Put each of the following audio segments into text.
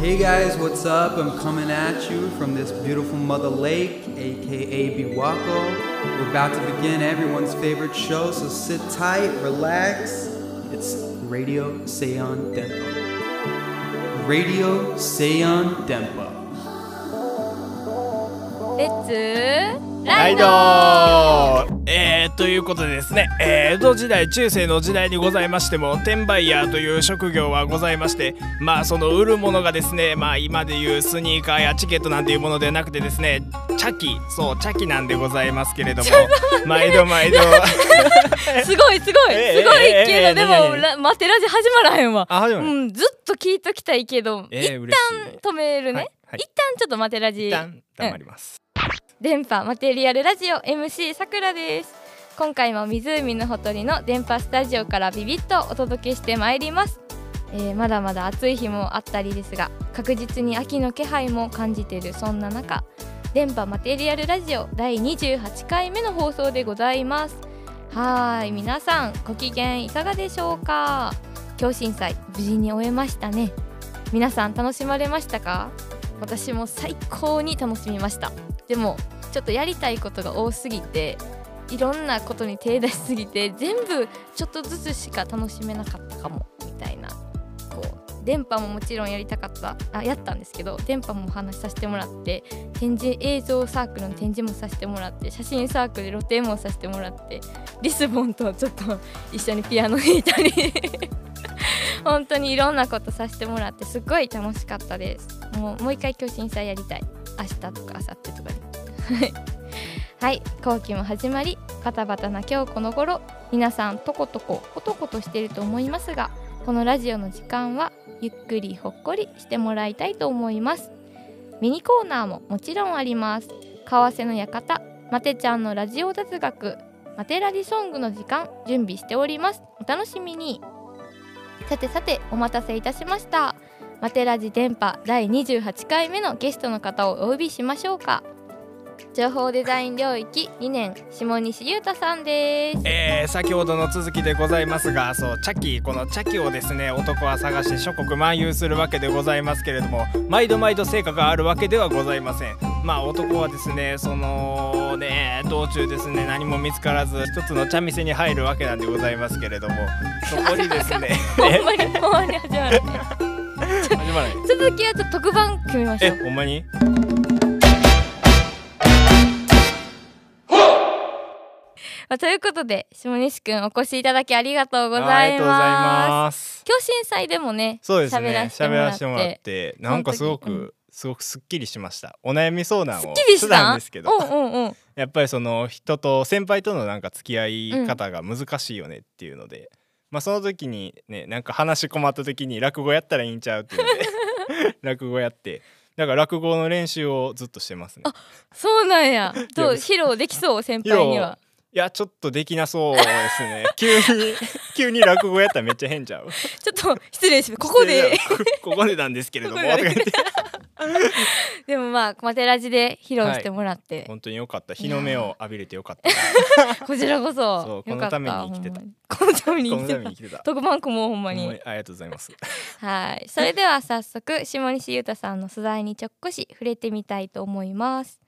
Hey guys, what's up? I'm coming at you from this beautiful mother lake, aka Biwako. We're about to begin everyone's favorite show, so sit tight, relax. It's Radio Seon Dempo. Radio Seon Dempo. レッツラライイドドえー、ということでですね、えー江戸時代中世の時代にございましても転売ヤーという職業はございましてまあその売るものがですねまあ今でいうスニーカーやチケットなんていうものではなくてですねチャキそうチャキなんでございますけれども毎度 毎度すごいすごいえすごいえけえどでも何ラ待ってラジ始まらへんわあ始うまるんずっと聞いときたいけどえー、一嬉しい旦止めるねはいはい一旦ちょっと待てラジ一旦黙ります、電波マテリアルラジオ MC さくらです今回も湖のほとりの電波スタジオからビビッとお届けしてまいります、えーまだまだ暑い日もあったりですが確実に秋の気配も感じているそんな中電波マテリアルラジオ第28回目の放送でございますはーい皆さんご機嫌いかがでしょうか共震祭無事に終えましたね皆さん楽しまれましたか私も最高に楽しみましたでもちょっとやりたいことが多すぎていろんなことに手出しすぎて全部ちょっとずつしか楽しめなかったかもみたいなこう電波ももちろんやりたかったあやったんですけど電波もお話しさせてもらって展示映像サークルの展示もさせてもらって写真サークル露呈もさせてもらってリスボンとちょっと一緒にピアノ弾いたり 本当にいろんなことさせてもらってすっごい楽しかったですもうもう一回今日震災やりたい明日とか明後日とかにはい、後期も始まりバタバタな今日この頃皆さんとことこことことしてると思いますがこのラジオの時間はゆっくりほっこりしてもらいたいと思いますミニコーナーももちろんあります為替の館マテちゃんのラジオ雑学マテラジソングの時間準備しておりますお楽しみにさてさてお待たせいたしましたマテラジ電波第28回目のゲストの方をお呼びしましょうか情報デザイン領域2年下西優太さんですえー先ほどの続きでございますがそうチャキこのチャキをですね男は探して諸国漫遊するわけでございますけれども毎度毎度成果があるわけではございませんまあ男はですねそのね道中ですね何も見つからず一つの茶店に入るわけなんでございますけれどもそこにですね ほんまにほんまに始まるね 始まらない続きはちょっと特番組みましえょうほんまにまあということで下西くんお越しいただきありがとうごあざりいがとうございますます共震祭でもねそうです喋らねせても喋ららっせててもらってなんかすごその時うくすごくすっきりしましたお悩み相談をすっきりししてたたんですけどうんうんうんやっぱりその人と先輩とのなんか付き合い方が難しいよねっていうので、まあその時にねなんか話し困った時に落語やったらいいんちゃうっていうの で落語やってだから落語の練習をずっとしてますねそうなんやどういや披露できそう先輩にはいやちょっとできなそうです ね急に急に落語やったらめっちゃ変ちゃうちょっと失礼し ますここで ここでなんですけれどもここでとか言って でもまあマテラジで披露してもらって、本当によかった日の目を浴びれてよか ったこちらこそそうよかったこのために生きてたほんまにこのためにこ生きのてたために生きてた特番組もほんまほんにまにありがとうございますはい、それでは早速下西優太さんの素材にちょっこし触れてみたいと思います。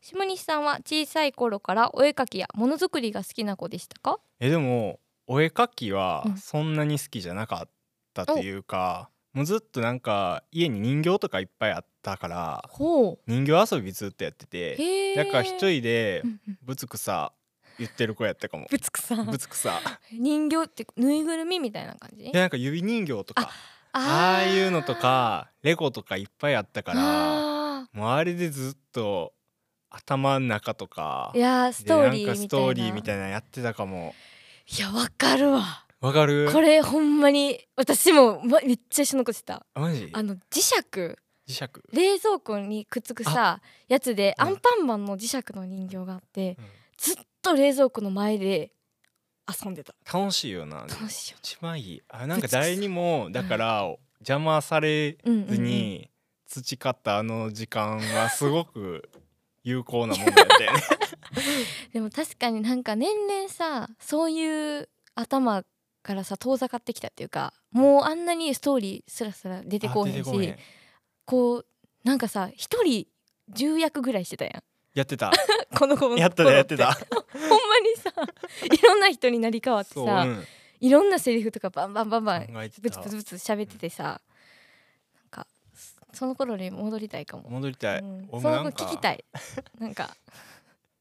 下西さんは小さい頃からお絵描きやものづくりが好きな子でしたか？えでもお絵描きはうんそんなに好きじゃなかったっていうか、もうずっとなんか家に人形とかいっぱいあったからほ人形遊びずっとやっててへえ。だから一 人人でぶつくさ言ってる子やったかもぶつくさんぶつくさ人形ってぬいぐるみみたいな感じ？でなんか指人形とかあーあいうのとかレゴとかいっぱいあったからあもうあれでずっと頭の中とかーいやースでトなーんリーみたいかな。ストーリーみたいなのやってたかもいやわかるわ。わかるこれほんまに私もまめっちゃ一緒の子してた。マジあの磁石。磁石冷蔵庫にくっつくさやつでうんアンパンマンの磁石の人形があってうんずっと冷蔵庫の前で遊んでた楽しいよな楽しいよ一番いいあなんか誰にもだから邪魔されうんうんうずんに培ったあの時間はすごく 有効なものだったよねでも確かになんか年々さそういう頭からさ遠ざかってきたっていうかもうあんなにストーリーすらすら 出てこうへんしあ出てここうなんかさ一人重役ぐらいしてたやん やってたこの子のやったねやってたほんまにさいろんな人になり変わってさ、そう、うん、いろんなセリフとかバンバンバンバン考えてブツたブツブツ喋っててさなんかその頃に戻りたいかも、戻りたい、うん俺そもの子なんか聞きたいなんか、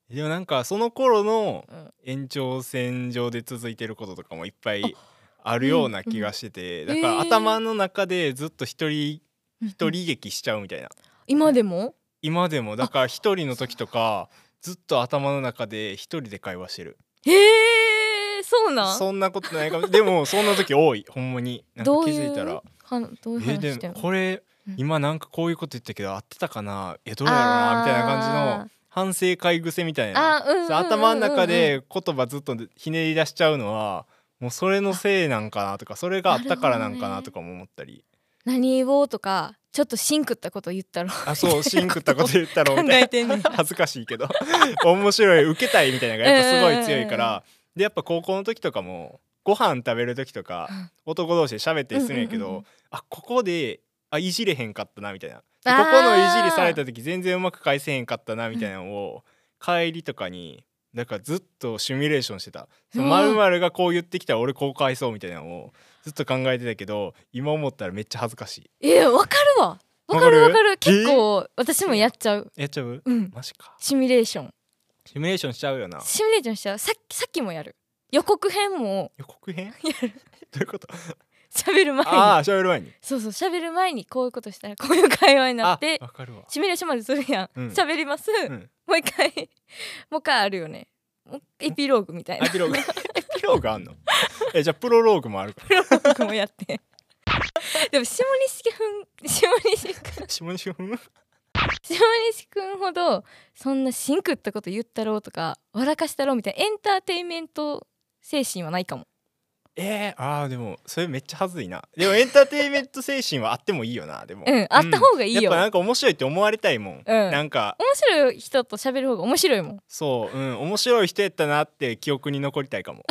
でもなんかその頃のうん延長線上で続いてることとかもいっぱいあるような気がしてて、うんうんだからへー頭の中でずっと一人うん一人劇しちゃうみたいな、今でも今でもだから一人の時とかずっと頭の中で一人で会話してるへえそうなんそんなことないかもでもそんな時多いほんまになんかどう気いづいうたはらどういうえ話しでてんものこれうん今なんかこういうこと言ったけど合ってたかなえどうやろうなみたいな感じの反省会癖みたいなあー、うんうんうんうん、そう頭の中で言葉ずっとひねり出しちゃうのはもうそれのせいなんかなとかそれがあったからなんかなとかも思ったり何をとかちょっとシンクったこと言ったろあそうシンクったこと言ったろみ考たいえなてんねん恥ずかしいけど 面白い受けたいみたいなのがやっぱすごい強いからでやっぱ高校の時とかもご飯食べる時とか男同士で喋ってするんやけうんうんうんうどあここであいじれへんかったなみたいなで あーここのいじりされた時全然うまく返せへんかったなみたいなのを帰りとかにだからずっとシミュレーションしてた「うそわの〇〇がこう言ってきたら俺こう返そう」みたいなのをずっと考えてたけど今思ったらめっちゃ恥ずかしい。えー、わかるわわかるわわかかるる結構私もやっちゃうやっちゃううんマジかシミュレーションシミュレーションしちゃうよなシミュレーションしちゃうさっきさっきもやる予告編も予告編 やるどういう こと喋る前あにあ喋る前にそうそう喋る前にこういうことしたらこういう会話になあってわかるわシミュレーションまでするやんうん喋、ります、うんもう一回もう一回あるよねもうエピローグみたいあなエピロー グエピローグあんのえじゃあプロローグもある かプロローグもやってでも下西くん下西くんら下西ふん下西くんほどそんなシンクったこと言ったろうとか笑かしたろうみたいなエンターテインメント精神はないかもえー、あーでもそれめっちゃはずいなでもエンターテインメント精神はあってもいいよなでもうんあった方がいいよやっぱなんか面白いって思われたいもん、なんか面白い人と喋る方が面白いもんそううん面白い人やったなって記憶に残りた いかも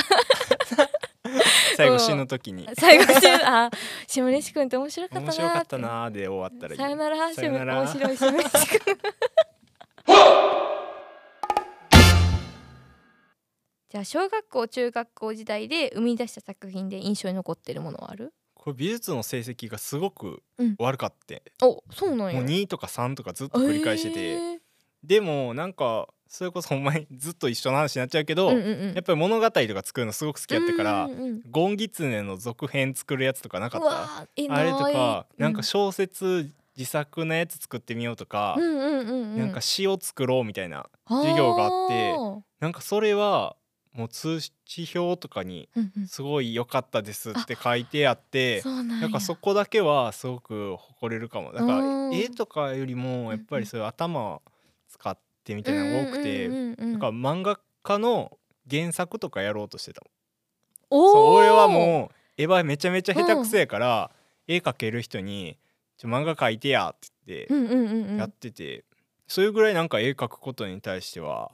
最後死ぬ時に最後してあ下西くんって面白かったなー面って白かったなーで終わったらいいさよならさよなら面白い下西くん じゃあ小学校中学校時代で生み出した作品で印象に残ってるものはあるこれ美術の成績がすごくうん悪かって、おそうなんやもう2とか3とかずっと繰り返してて、えーでもなんかそれこそほんまにずっと一緒の話になっちゃうけど、うんうんうんやっぱり物語とか作るのすごく好きやったから、うんうんうんゴンギツネの続編作るやつとかなかったたえあれとかいなんか小説自作のやつ作ってみようとかう、んうんうんうなんか詩を作ろうみたいな授業があってあーなんかそれはもう通知表とかにうんうんすごい良かったですって書いてあってそうなんやなんかそこだけはすごく誇れるかもだかうんら絵とかよりもやっぱりそういう頭使ってみたいなのが多くて、なんかか漫画家の原作とかやろうとしてたもんおそうー俺はもう絵はめちゃめちゃ下手くそやから、絵描ける人に「ちょ漫画描いてや」ってう言っんうんうんうてんやってて、そういうぐらいなんか絵描くことに対しては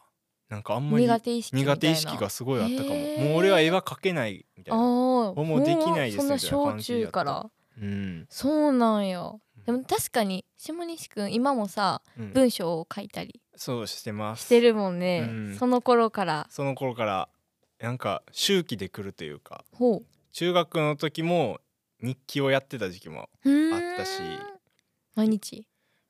なんかあんまり苦手意識みたいな苦手意識がすごいあったかもへーもう俺は絵は描けないみたいあな、ーもうできないですそんなみたいな小感じ中やったからうんそうなんやでも確かに下西くん今もさうん文章を書いたりそうしてますしてるもんね、うんその頃からその頃からなんか周期で来るというかほ中学の時も日記をやってた時期もううーんあったし毎日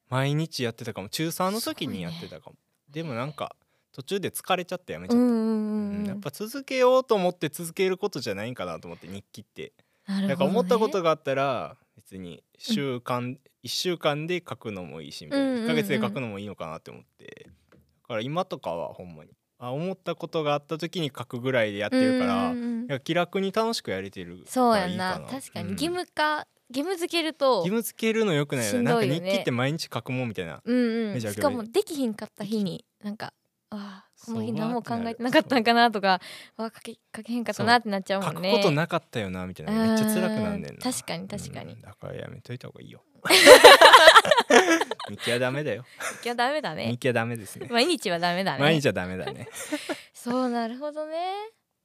毎日やってたかも中3の時にやってたかも、でもなんか途中で疲れちゃってやめちゃうっんた、うんううんんやっぱ続けようと思って続けることじゃないんかなと思って日記ってななんるほかどね思ったことがあったら別に週間、1週間で書くのもいいしみたいな、うんうんうん1ヶ月で書くのもいいのかなって思ってだから今とかはほんまにあ思ったことがあった時に書くぐらいでやってるから、うんうんうんいや気楽に楽しくやれてるそうやからいいなか確かにうん義務化、義務付けると義務付けるのよくないよしんねどいよねなんか日記って毎日書くもんみたいなうんうんめちゃしくちかゃもできひんかった日になんかああこそうの日何も考えてなかったんかなとかわ書け書けへんかったなってなっちゃうも書んくねことなかったよなみたいなめっちゃ辛くなんねんなうん確かに確かにうんだからやめといた方がいいよミキはダメだよいやダメだミねキはダメですね毎日はダメだね毎日はダメだねそうなるほどね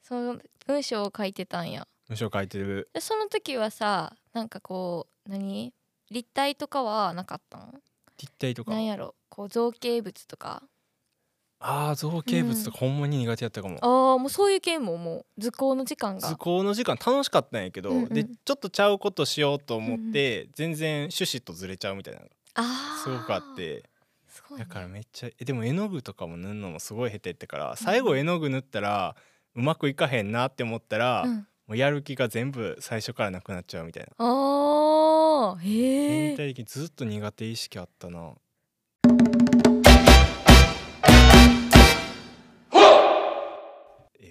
その文章を書いてたんや文章書いてるでその時はさなんかこう何立体とかはなかったん立体とかなんやろこう造形物とかああ造形物とかほんまに苦手やったかも、あーもうそういう系ももう図工の時間が図工の時間楽しかったんやけど、うんうんでちょっとちゃうことしようと思って、全然趣旨とずれちゃうみたいなのあがーすごくあってすごいねだからめっちゃえでも絵の具とかも塗るのもすごい下手ってから最後絵の具塗ったらうまくいかへんなって思ったら、うもん、うやる気が全部最初からなくなっちゃうみたいな、あーへ全え体的にずっと苦手意識あったな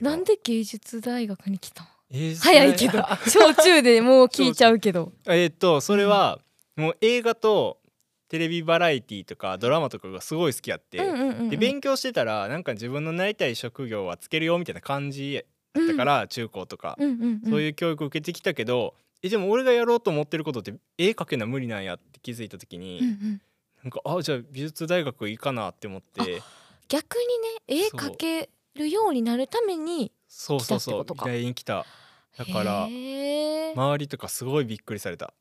なんで芸術大学に来たんえー早い けど小中でもう聞いちゃうけどえーっとそれはもう映画とテレビバラエティとかドラマとかがすごい好きやって、うんうんうんで勉強してたらなんか自分のなりたい職業はつけるよみたいな感じだったから中高とか、うんうんうそんうういう教育を受けてきたけどえでも俺がやろうと思ってることって絵描けな無理なんやって気づいた時に、んうんなんかあじゃあ美術大学いいかなって思って逆にね絵そう描けるようになるためにそうそう来たそっうてこと美か大に来ただからへー周りとかすごいびっくりされた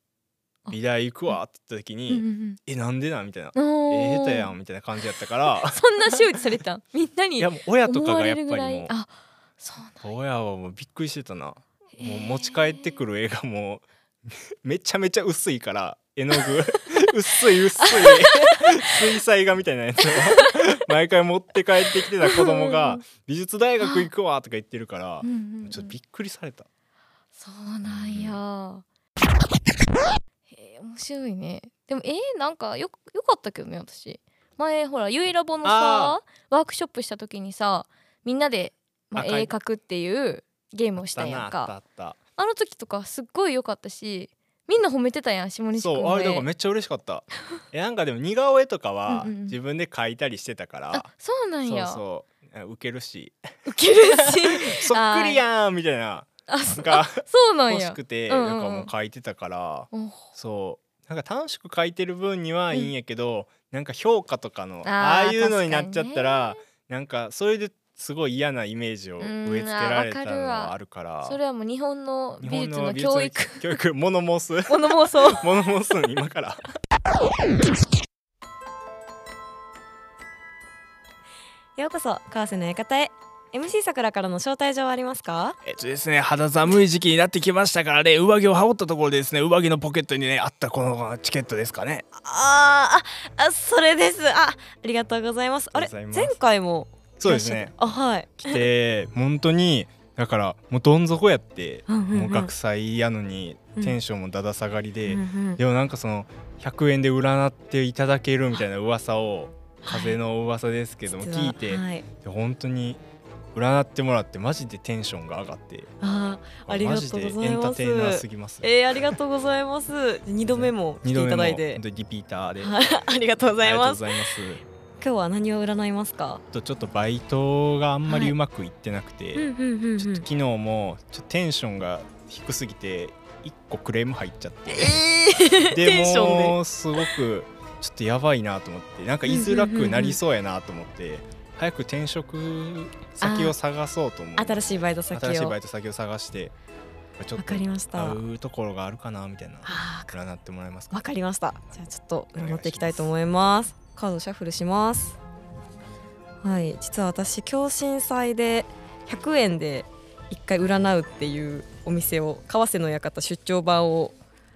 あ美大行くわって言った時うんにうん「えなんでなん?」みたいなうんおえー下手やんみたいな感じやったから そんな周知されたんみんないにやもう親と思かわがやれっるぐぱらりいもあそうなんう親はもうびっくりしてたな、もう持ち帰ってくるる絵がもうめちゃめちゃ薄いから絵の具 薄い薄い水彩画みたいなやつを毎回持って帰ってきてた子供うがん「美術大学行くわ」とか言ってるからうんうんうんちょっとびっくりされたそうなんやへえ面白いねでもえーなんかよよかったけどね私前ほらゆいラボのさワークショップした時にさみんなで、まあ、あかい絵描くっていうゲームをしたやんあったなあかったあっあの時とかすっごい良かったしみんな褒めてたやん下た西君そうあれだからめっちゃ嬉しかった えなんかでも似顔絵とかはうんうんうん自分で描いたりしてたから、あそうなんやそうそうウケるし ウケるし そっくりやんみたいなあなそんかそうなん欲やしくてうんうんうんなんかもう書いてたからおそうなんか楽しく書いてる分にはいいんやけどなんか評価とかのあーああいうのになっちゃったらなんかそれですごい嫌なイメージを植え付けられたのはあるからそれはもう日本の日美本術の美術教育 教育モノモス もの妄想モノモス今からようこそ川瀬の館へ MC 桜からの招待状はありますかえっとですね肌寒い時期になってきましたからね上着を羽織ったところでですね上着のポケットにねあったこのチケットですかねあーああそれですあありがとうございますあれありがとうござい前ます回もそうですねあはい来て本当にだからもうどん底やって、うんうんうんもう学祭やのにうんテンションもだだ下がりで、うんうんでもなんかその100円で占っていただけるみたいな噂を、風の噂ですけども実は聞いて、はいで本当に占ってもらってマジでテンションが上がってあーありがとうございますマジでエンターテイナーすぎます、えー、ありがとうござい ます二度目も来二て度い目たもだ本い当てにリピーターではいありがとうございますありがとうございます今日は何を占いますかとちょっとバイトがあんまりうまくいってなくて、うんうんうんうんちょっと昨日もちょっとテンションが低すぎて1個クレーム入っちゃって テンションでもうすごくちょっとやばいなと思ってなんか居づらくなりそうやなと思って、早く転職先を探そうと思う新しいバイト先を新しいバイト先を探してちょわっとかりました合うところがあるかなみたいなあー占ってもらえますかわかりましたじゃあちょっと占っていきたいと思いますカードシャッフルしますはい実は私共振祭で100円で一回占うっていうお店を川瀬の館出張版を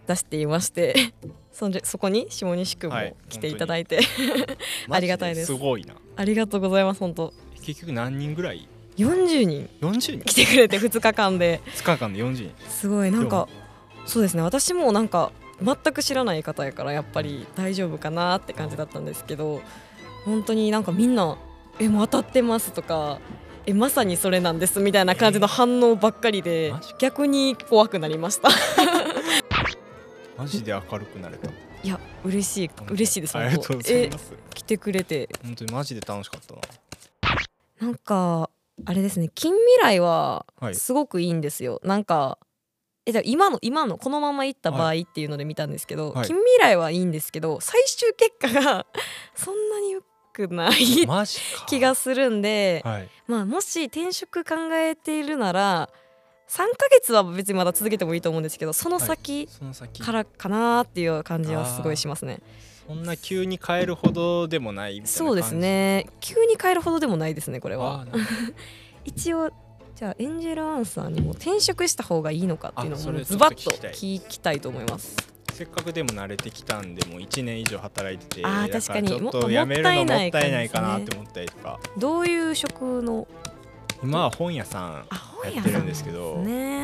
出していまして そんでそこに下西くんはいも来ていただいて、ありがたいですマジすごいなありがとうございます本当結局何人ぐらい40人40人来てくれて2日間で2日間で40人すごいなんでかもそうですね私もなんか全く知らない方やからやっぱり大丈夫かなって感じだったんですけど本当になんかみんな「えもう当たってます」とか「えまさにそれなんです」みたいな感じの反応ばっかりでマジか逆に怖くなりました マジで明るくなれたいや 嬉しい嬉しいですありがと本うご当ざいえます来てくれて本当にマジで楽しかったななんかあれですね近未来ははいすごくいいんですよ、なんかえじゃあ今の今のこのままいった場合はっていうので見たんですけど、はい近未来はいいんですけど最終結果が そんなに良くないマジか気がするんで、はいまあ、もし転職考えているなら3ヶ月は別にまだ続けてもいいと思うんですけどその先その先からかなっていう感じはすごいしますね。そんな急に変えるほどでもないみたいな感じそうですね急に変えるほどでもないですねこれはあーなんか一応じゃあエンジェルアンさんにも転職した方がいいのかっていうのあそをれズバッちょとっと聞きたい聞きたいと思いますせっかくでも慣れてきたんでもう1年以上働いててあーだ確かにらちょっもっととやめるのももっったたいいなないいかかななって思ったりとかどういう職の今は本屋さあ本屋んやっさてんるんですけどね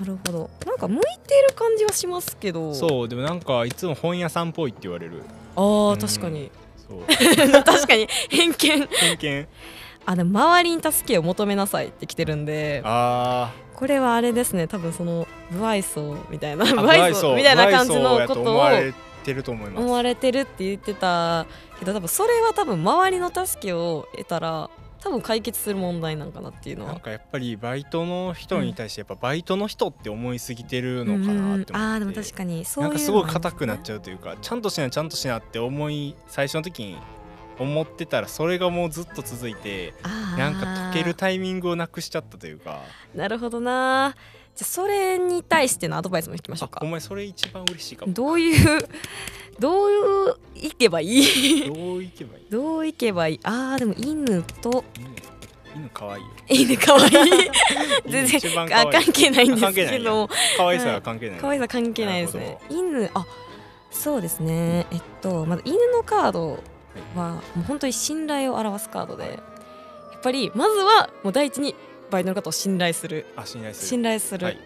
なるほどなんか向いている感じはしますけどうそうでもなんかいつも本屋さんっぽいって言われるあうんー確かに、そう 確かに偏見偏見あでも周りに助けを求めなさいって来てるんであこれはあれですね多分その無愛想みたいな ー無愛想みたいな感じのこ無愛想やとと思をわれてると思います思われてるって言ってたけど多分それは多分周りの助けを得たら多分解決する問題なんかなっていうのなんは。かやっぱりバイトの人に対してやっぱバイトの人って思いすぎてるのかなって思って、ああでも確かにそういうなんのかすごい硬くなっゃちゃうというかちゃんとしなちゃんとしなって思い最初の時に思ってたらそれがもうずっと続いてうなんか溶けるタイミングをなくしちゃったというかなるほどなじゃあそれに対してのアドバイスも聞きましょうあおか前それ一番嬉しいかもどういうどういういけばい いどういけばいいどういけばいいああでも犬と犬犬かわいいよ犬かわい い全犬一然番あかわい関い係ないんです関係なけいんどや可愛さは関係ない可愛さ関係ないですなるね。犬あそうですね。えっとまず犬のカードはもう本当に信頼を表すカードで、やっぱりまずはもう第一にバイトの方を信頼する、あ信頼する信頼する、はい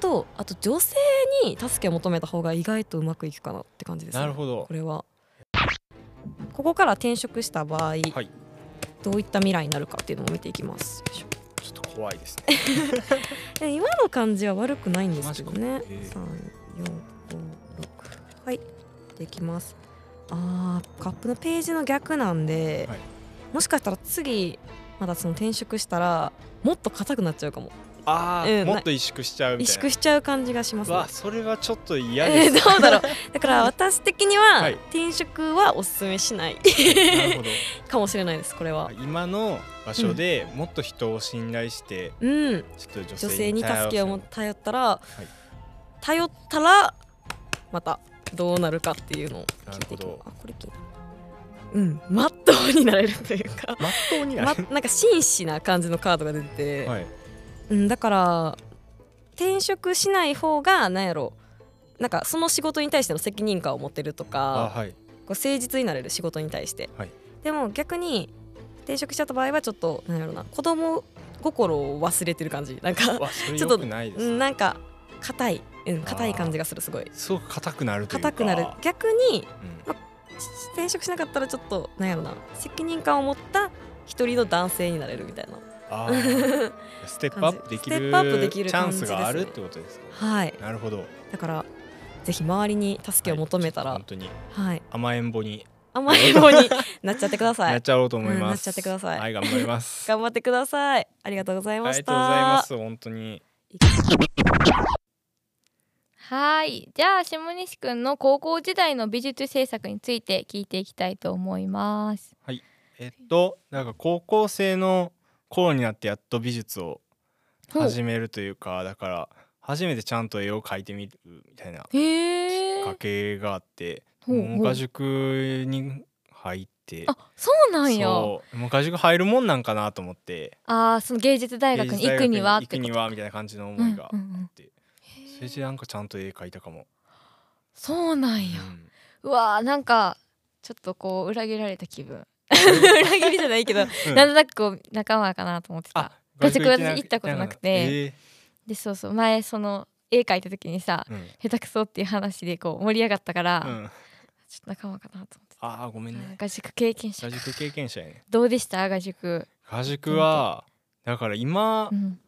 とあと女性に助けを求めた方が意外とうまくいくかなって感じです、ね。なるほどこれはここから転職した場合、はいどういった未来になるかっていうのも見ていきます。よいしょちょっと怖いです ねで今の感じは悪くないんですけどマねジかへえ三四五六はいできますあーカップのページの逆なんで、はいもしかしたら次まだその転職したらもっと硬くなっちゃうかもあーうんもっと萎縮しちゃうみ萎たいな縮しちゃう感じがしますねわそれはちょっと嫌えーです、 どうだろうだ から私的には、はい転職はおすすめしない なるほどかもしれないですこれは今の場所でもっと人を信頼して、うんちょっと女女性性にに助頼けをも頼ったら、い頼ったらまたどうなるかっていうのを決めていきなるほど、あこれ気になるうんまっとうになれるというかまっとうにまな、る、なんか真摯な感じのカードが出て、はい、うん、だから転職しない方がなんやろなんかその仕事に対しての責任感を持てるとあか はいこう誠実になれる仕事に対して、はいでも逆に転職しちゃった場合はちょっとなんやろな子供心を忘れてる感じなんかわそれちょ良っとくないでうす、ん、なんか硬い、うん、ー硬い感じがするすごいすごく硬くなるというか硬くなる逆にうんし転職しなかったらちょっとなんやろな責任感を持った一人の男性になれるみたいなあ ーステップアップできるステップアップできるチャ感ンじスですねがあるってことですねはいなるほどだからぜひ周りに助けを求めたらははい本当にい、甘えん坊に甘えん坊になっちゃってくださ なっいちゃおうと思いうんます、なっちゃってくださいはい頑張りま す頑張ってくださいありがとうございあまりがしとたうございます本当にはーいじゃあ下西くんの高校時代の美術制作について聞いていきたいと思いますえっとなんか高校生の頃になってやっと美術を始めるというかだから初めてちゃんと絵を描いてみるみたいなへえ家系があってほうほう文科塾に入ってあそうなんやそう文科塾入るもんなんかなと思ってあーその芸術大学に行くには芸術大学ってにこ行くにとはみたいな感じの思いがうんうんうんそれでなんかちゃんと絵描いたかも、そうなんやうんうわーなんかちょっとこう裏切られた気分 裏切りじゃないけどうんなんとなくこう仲間かなと思ってたあ合宿合宿行ったことなくてでそうそう前その絵描いた時にさえーうん下手くそっていう話でこう盛り上がったから、うんちょっと仲間かなと思ってたあーごめんね合宿経験者合宿経験者やねどうでした合宿、合宿はだから今うん、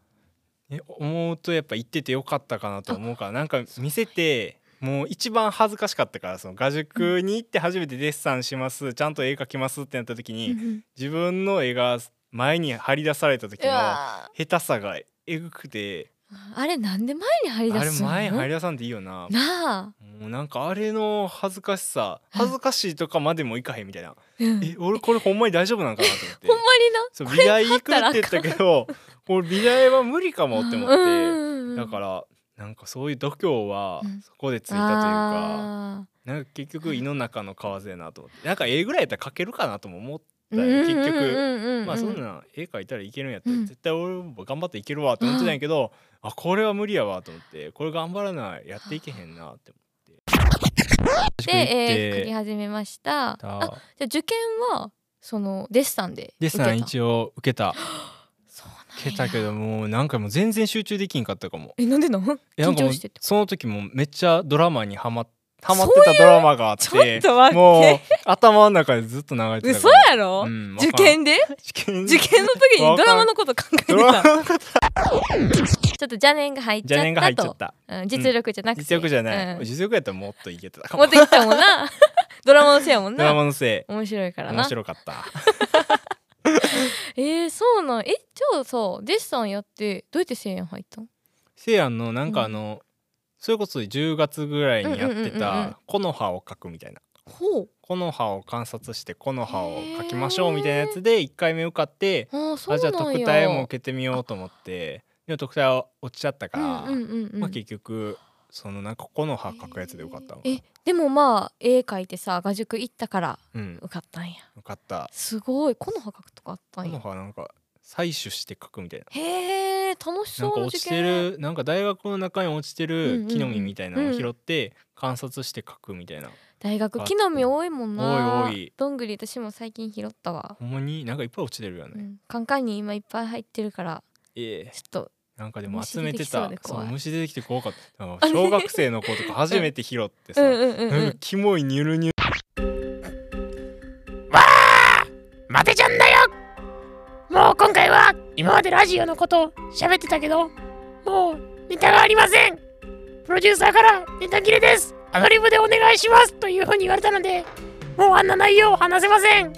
え思うとやっぱ行っててよかったかなと思うからなんか見せてもう一番恥ずかしかったからその画塾に行って初めてデッサンしますちゃんと絵描きますってなった時に自分の絵が前に張り出された時うのわ下手さがえぐくてーあれなんで前に張り出あれすの前に張り出さんでいいよななあ、もうなんかあれの恥ずかしさ恥ずかしいとかまでもいかへんみたいなうんえ俺これほんまに大丈夫なんかなと思ってほんまそうにな美大行くこれ貼っったて言らあったけどこれ美大は無理かもって思っててだからなんかそういう度胸はうんそこでついたというか、なんか結局胃の中の蛙やなと思ってなんか絵ぐらいやったら描けるかなとも思ったよ結局局まあそんなん絵描いたらいけるんやったうらん絶対俺も頑張っていけるわって思ってたんやけど、あこれは無理やわと思ってこれ頑張らないやっていけへんなって思って。で、えー、書き始めました行あったじゃあ受験はそのデッサンでデッサン受けた一応受けたそう受けなんたやけどもうなんかもう全然集中できんかったかもえなんでなんいやな緊んかもう張してってその時もめっちゃドラマにはまっハマってたドラマがあってちょっと待ってもう頭の中でずっと流れてた嘘やろ、うんわか受験んで受験受験の時にドラマのこと考えてドラマたのことちょっと邪念が入っち邪ゃっ念がた入っちゃっとたうん実力じゃなくて実力じゃない、うん実力やったらもっといけてたか持もってきたも んなドラマのせいやもんドラなマのせい面白いから面な白かったえー、そうなんえじゃあさデッサンやってどうやって1000円入ったんせいやんのなんかあの、それこそ10月ぐらいにやってうんうんうんうんた「木の葉を描く」みたいなほう木の葉を観察して木の葉を描きましょうみたいなやつで1回目受かってあーそうあじゃなあんや特待も受けてみようと思ってでも特待は落ちちゃったから、うんうんうんうんまあ、結局そのなんか木の葉描くやつで受かったのかなえでもまあ絵描いてさ画塾行ったからうん受かったんや受かったすごいこの葉書くとかあった木んのや葉はなんか採取して描くみたいな。へえ楽しなんそうかな落受ちて験るなんか大学の中に落ちてうんうんうるん木の実みたいなのを拾って観察して描くみたいな、大学木の実多いもんな多い多いどんぐり私も最近拾ったわ、ほんまになんかいっぱい落ちてるようね、ん、カンカンに今いっぱい入ってるからええちょっとなんかでも集めて虫出てきそたうでそ怖いう虫出てきて怖かった なんか小学生の子とか初めて拾ってさ、うんうんうんうなんかんキモいニュルニュル待てちゃんだよもう今回は今までラジオのこと喋ってたけどもうネタがありませんプロデューサーからネタ切れですアドリブでお願いしますというふうに言われたのでもうあんな内容を話せません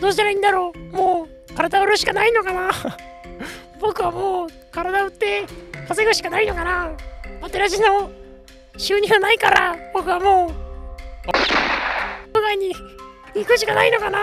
どうしたらいいんだろうもう体売るしかないのかな 僕はもう体売って稼ぐしかないのかなお寺地の収入ないから僕はもう屋外に行くしかないのかな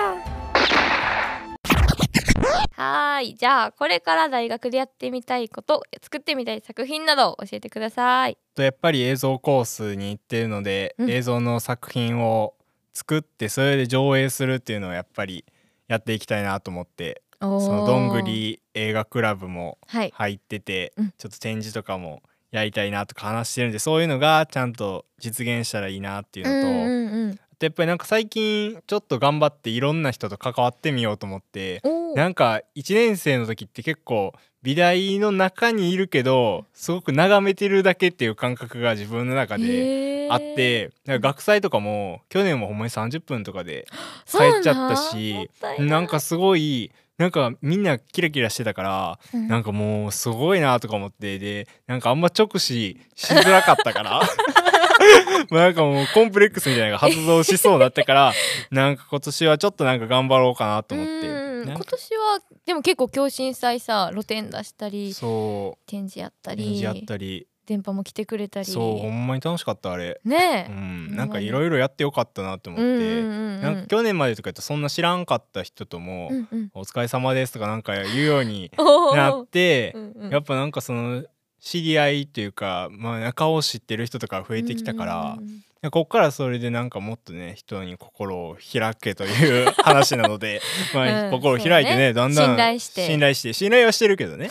はーいじゃあこれから大学でやってみたいこと作ってみたい作品などを教えてくださいとやっぱり映像コースに行ってるので、うん映像の作品を作ってそれで上映するっていうのをやっぱりやっていきたいなと思ってそそのどんぐり映画クラブもはい入ってて、うんちょっと展示とかもやりたいなとか話してるんでそういうのがちゃんと実現したらいいなっていううのんと、うんうんあとやっぱりなんか最近ちょっと頑張っていろんな人と関わってみようと思っておーなんか1年生の時って結構美大の中にいるけどすごく眺めてるだけっていう感覚が自分の中でへーあってなんか学祭とかも去年もほんまに30分とかでそうなんだ帰っちゃったしもたいいなんかすごいなんかみんなキラキラしてたからうんなんかもうすごいなとか思ってでなんかあんま直視しづらかった からもうなんかもうコンプレックスみたいなのが発動しそうだったからなんか今年はちょっとなんか頑張ろうかなと思っうんてなん今か年はでも結構共振祭さ露店出したりそ展示やったうり演じやったり電波も来てくれたりそうほんまに楽しかったあれ、ねうえ、ん、なんかいろいろやってよかったなと思っうんうんてうんうんなんか去年までとかやったらそんな知らんかった人ともうんうん「お疲れ様です」とかなんか言うよう におーなってうんうんやっぱなんかその知り合いというか、まあ、仲を知ってる人とか増えてきたから、うんうんうんこっからそれでなんかもっとね人に心を開けという 話なの で、まうあ、ん心を開いてね、そうだねんだん信頼して信頼して信頼はしてるけ どね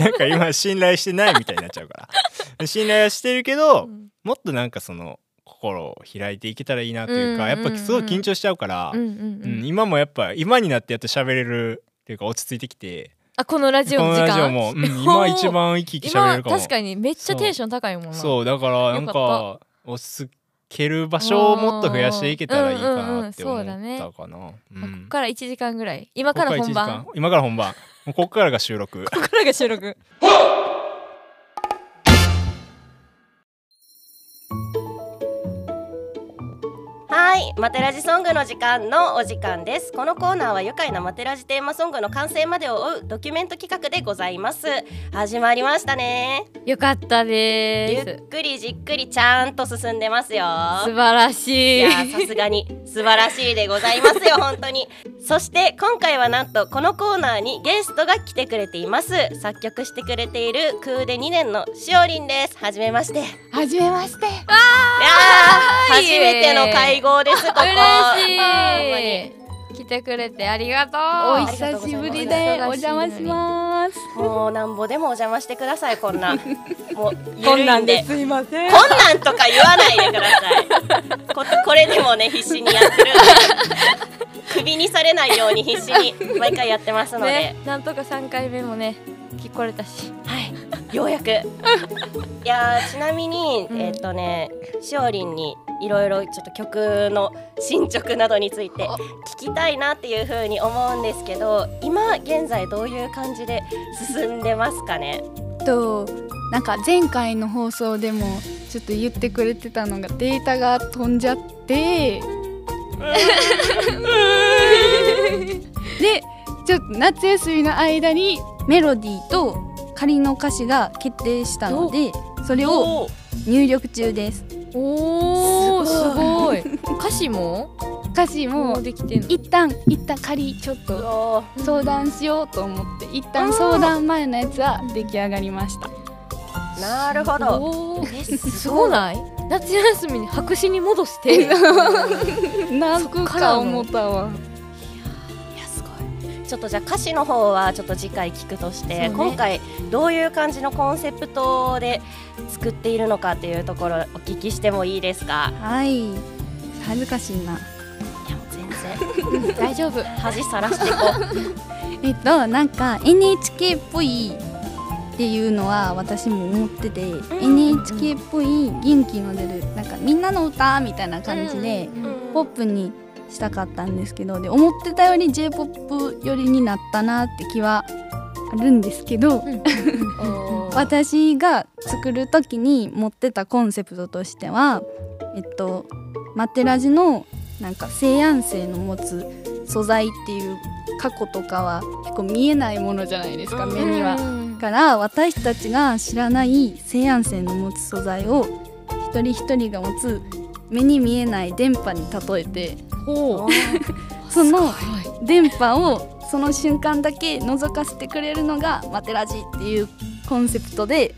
なんか今信頼してないみたいになっちゃう から信頼はしてるけど、うんもっとなんかその心を開いていけたらいいなというか、うんうんうんやっぱすごい緊張しちゃうから、うんううんうんん今もやっぱ今になってやっと喋れるというか落ち着いてきて。あこのラジオこのの時間ラジオも、うん今一番生き生き喋れ 今るかも確かにめっちゃテンション高いもんなそうだからなんよか落ち着ける場所をもっと増やしていけたらいいかなって思ったかな、うんまあここから1時間ぐらい今からここ本から一時番間今から本番もうここからが収 録これが収録マテラジソングの時間のお時間ですこのコーナーは愉快なマテラジテーマソングの完成までを追うドキュメント企画でございます始まりましたねよかったゆですっくりじっくりちゃんと進んでますよ素晴らしいいやーさすがに素晴らしいでございます よ本当にそして今回はなんとこのコーナーにゲストが来てくれています作曲してくれているクーデ2年のしおりんですはじめましていやはじめまして。ーは初いめての会合ですここ嬉しい来てくれてありがとういお久しぶりでお邪魔します。もうなんぼでもお邪魔してくださいこ んなもうこん緩ないんんでですいませんこんなんとか言わないでくださいここれでもね必死にや ってるんでクビにされないように必死に毎回やってますので、ね、なんとか三回目もね聞これたしはい、ようやく。いやーちなみに、うんえっ、とね、しおりんにいろいろちょっと曲の進捗などについてお聞きたいなっていう風に思うんですけど、今現在どういう感じで進んでますかね。となんか前回の放送でもちょっと言ってくれてたのがデータが飛んじゃ ってでちょっと夏休みの間にメロディーと仮の歌詞が決定したのでそれをおー入力中ですおおすすごい歌詞も歌詞ももうできてんの一旦一旦仮ちょっうとおー相談しようと思って一旦相談前のやつは出来上がりま したなるほど。おーえすすごごいない夏休みに白紙に戻して 泣くか思ったわいやすごいちょっとじゃあ歌詞の方はちょっと次回聞くとして、そうね今回どういう感じのコンセプトで作っているのかっていうところお聞きしてもいいですかはい恥ずかしいないやもう全 然大丈夫恥さらしていこうえっとなんか NHK っぽいっていうのは私も思ってて、NHK っぽい元気の出るなんかみんなの歌みたいな感じで、ポップにしたかったんですけどで思ってたより j p o p 寄りになったなって気はあるんですけど、私が作る時に持ってたコンセプトとしてはえっとマテラジのなんか西安性の持つ素材っていう過去とかは結構見えないものじゃないですか目には。だから私たちが知らない西安性の持つ素材を一人一人が持つ目に見えない電波に例えてほう その電波をその瞬間だけ覗かせてくれるのがマテラジっていうコンセプトで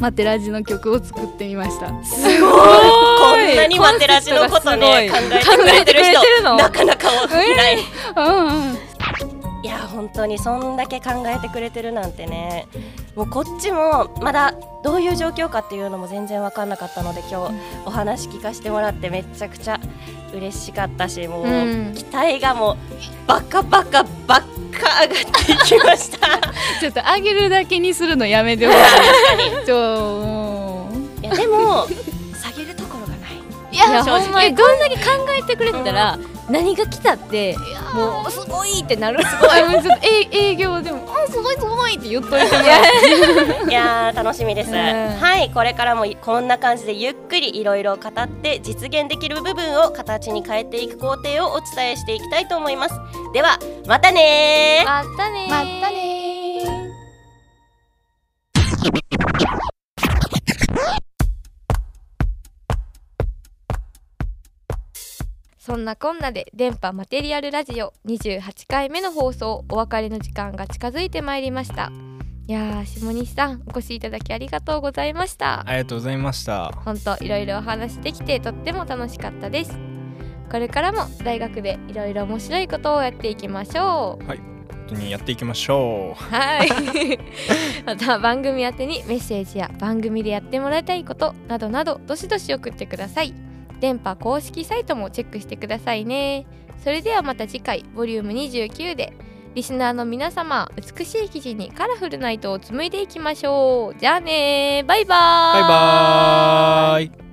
マテラジの曲を作ってみましたすごいこんなにマテラジのことね考コンえ考えてくれてる人てくれてるのなかなかいない、いうんうんや本当にそんだけ考えてくれてるなんてねもうこっちもまだどういう状況かっていうのも全然分かんなかったので今日お話聞かせてもらってめちゃくちゃ嬉しかったしもう、うん期待がもうバカバカバカ上がっていきましたちょっとあげるだけにするのやめてほしいちょもういやでも下げるところがないいや正直ほんまにどんだけ考えてくれてたら何が来たってもうすごいってなる すごいあもうちょっとえ営業でも「あすごいすごい」って言っといてもらって いやー楽しみです、ねはいこれからもこんな感じでゆっくりいろいろ語って実現できる部分を形に変えていく工程をお伝えしていきたいと思いますではまたねーまったねーまったねーそんなこんなで電波マテリアルラジオ28回目の放送お別れの時間が近づいてまいりましたいやー下西さんお越しいただきありがとうございましたありがとうございました本当いろいろお話できてとっても楽しかったですこれからも大学でいろいろ面白いことをやっていきましょう本当にやっていきましょうはい また番組宛てにメッセージや番組でやってもらいたいことなどなどどしどし送ってください電波公式サイトもチェックしてくださいねそれではまた次回ボリューム29でリスナーの皆様美しい記事にカラフルな糸を紡いでいきましょうじゃあねバイババーイバーイ